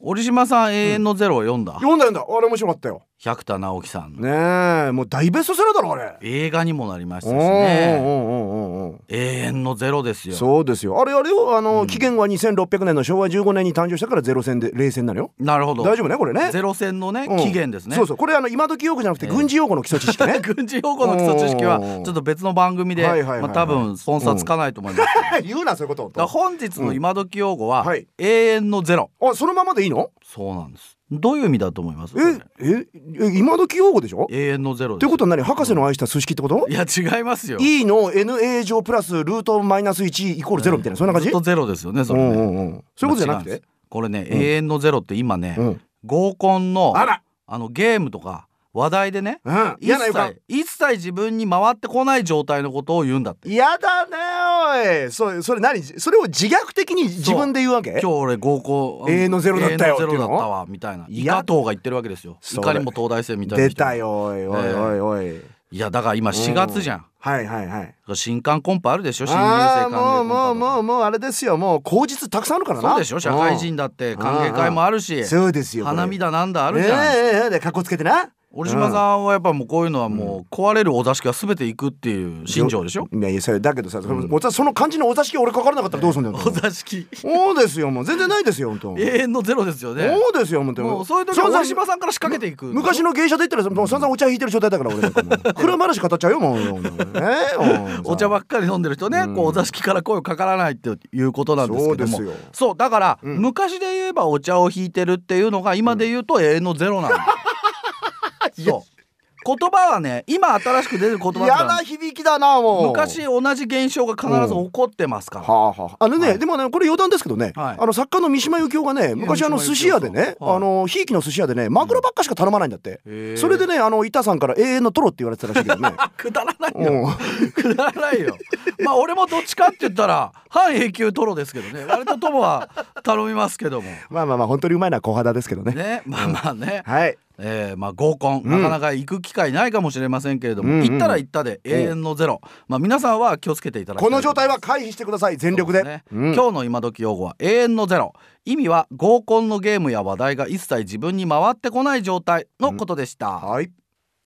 折島さん永遠のゼロを読んだ、読んだ読んだあれ面白かったよ百田直樹さんのねえもう大ベストセラーだろあれ映画にもなりましたしうんねうんうんうんうん永遠のゼロですよそうですよあれあれよあの、期限は2600年の昭和15年に誕生したからゼロ戦で冷戦になるよなるほど大丈夫ねこれねゼロ戦のねうん期限ですね、そうそうこれあの今時用語じゃなくて軍事用語の基礎知識ね、軍事用語の基礎知識はちょっと別の番組で、はいはいはいはいまあ、多分損差つかないと思います、だか言うなそういうことら本日の今時用語は、うんはい永遠のゼロあそのままでいいのそうなんですどういう意味だと思いますえええ今時用語でしょっ永遠のゼロてですことは何博士の愛した数式ってこといや違いますよ E の NA 乗プラスルートマイナス1イコールゼロみたいなそんな感ずじっとゼロですよねそれうね、んうんうんそういうことじゃな違うくんてですこれね、永遠のゼロって今ね、うん合コンのあらあのゲームとか話題でねうん一嫌な予感切一切自分に回ってこない状態のことを言うんだって嫌だねおいそそれ何それを自虐的に自分で言うわけ今日俺合コン永遠のゼロだったよ永遠のゼロだったわみたいなイ嫌カ党が言ってるわけですよいそれかにも東大生みたいな出人たよおいおいおいおい、いやだから今4月じゃんはいはいはい新刊コンパあるでしょ新入あ生歓迎あもコうンもパうもうもうあれですよもう口実たくさんあるからなそうでしょ社会人だって歓迎会もあるうしんそうですよ花見だだなんだあるじゃんええでかっこつけてな折島さんはやっぱもうこういうのはもう壊れるお座敷は全ていくっていう心情でしょいやいやそれだけどさその,、お座その感じのお座敷俺かからなかったらどうすんだよお座敷そうですよもう全然ないですよ本当永遠のゼロですよねそうですよもうもうそういう時は折島さんから仕掛けていく昔の芸者で言ったらもう散々お茶引いてる状態だから俺なん かもう車話語っちゃうよもう、ね、お茶ばっっかり飲んでる人ね、こうお座敷から声をかからないっていうことなんですけどもそうですよそうだから、ん昔で言えばお茶を引いてるっていうのが今で言うと永遠のゼロなん だ、そう言葉はね今新しく出る言葉嫌だからな響きだなもう昔同じ現象が必ず起こってますから、はあはあ、あのね、はいでもねこれ余談ですけどね、はいあの作家の三島由紀夫がね昔あの三島由紀夫寿司屋でね、はいあのひいきの寿司屋でねマグロばっかしか頼まないんだって、へえそれでねあの板さんから永遠のトロって言われてたらしいけどねくだら ないようんくだらないよまあ俺もどっちかって言ったら半永久トロですけどね割と友は頼みますけどもまあまあまあ本当にうまいのは小肌ですけどねねまあまあね、はいえーまあ、合コン、うんなかなか行く機会ないかもしれませんけれども、うんうん行ったら行ったで永遠のゼロ、まあ、皆さんは気をつけていただきたいこの状態は回避してください全力でそうすねうん今日の今時用語は永遠のゼロ意味は合コンのゲームや話題が一切自分に回ってこない状態のことでした、はい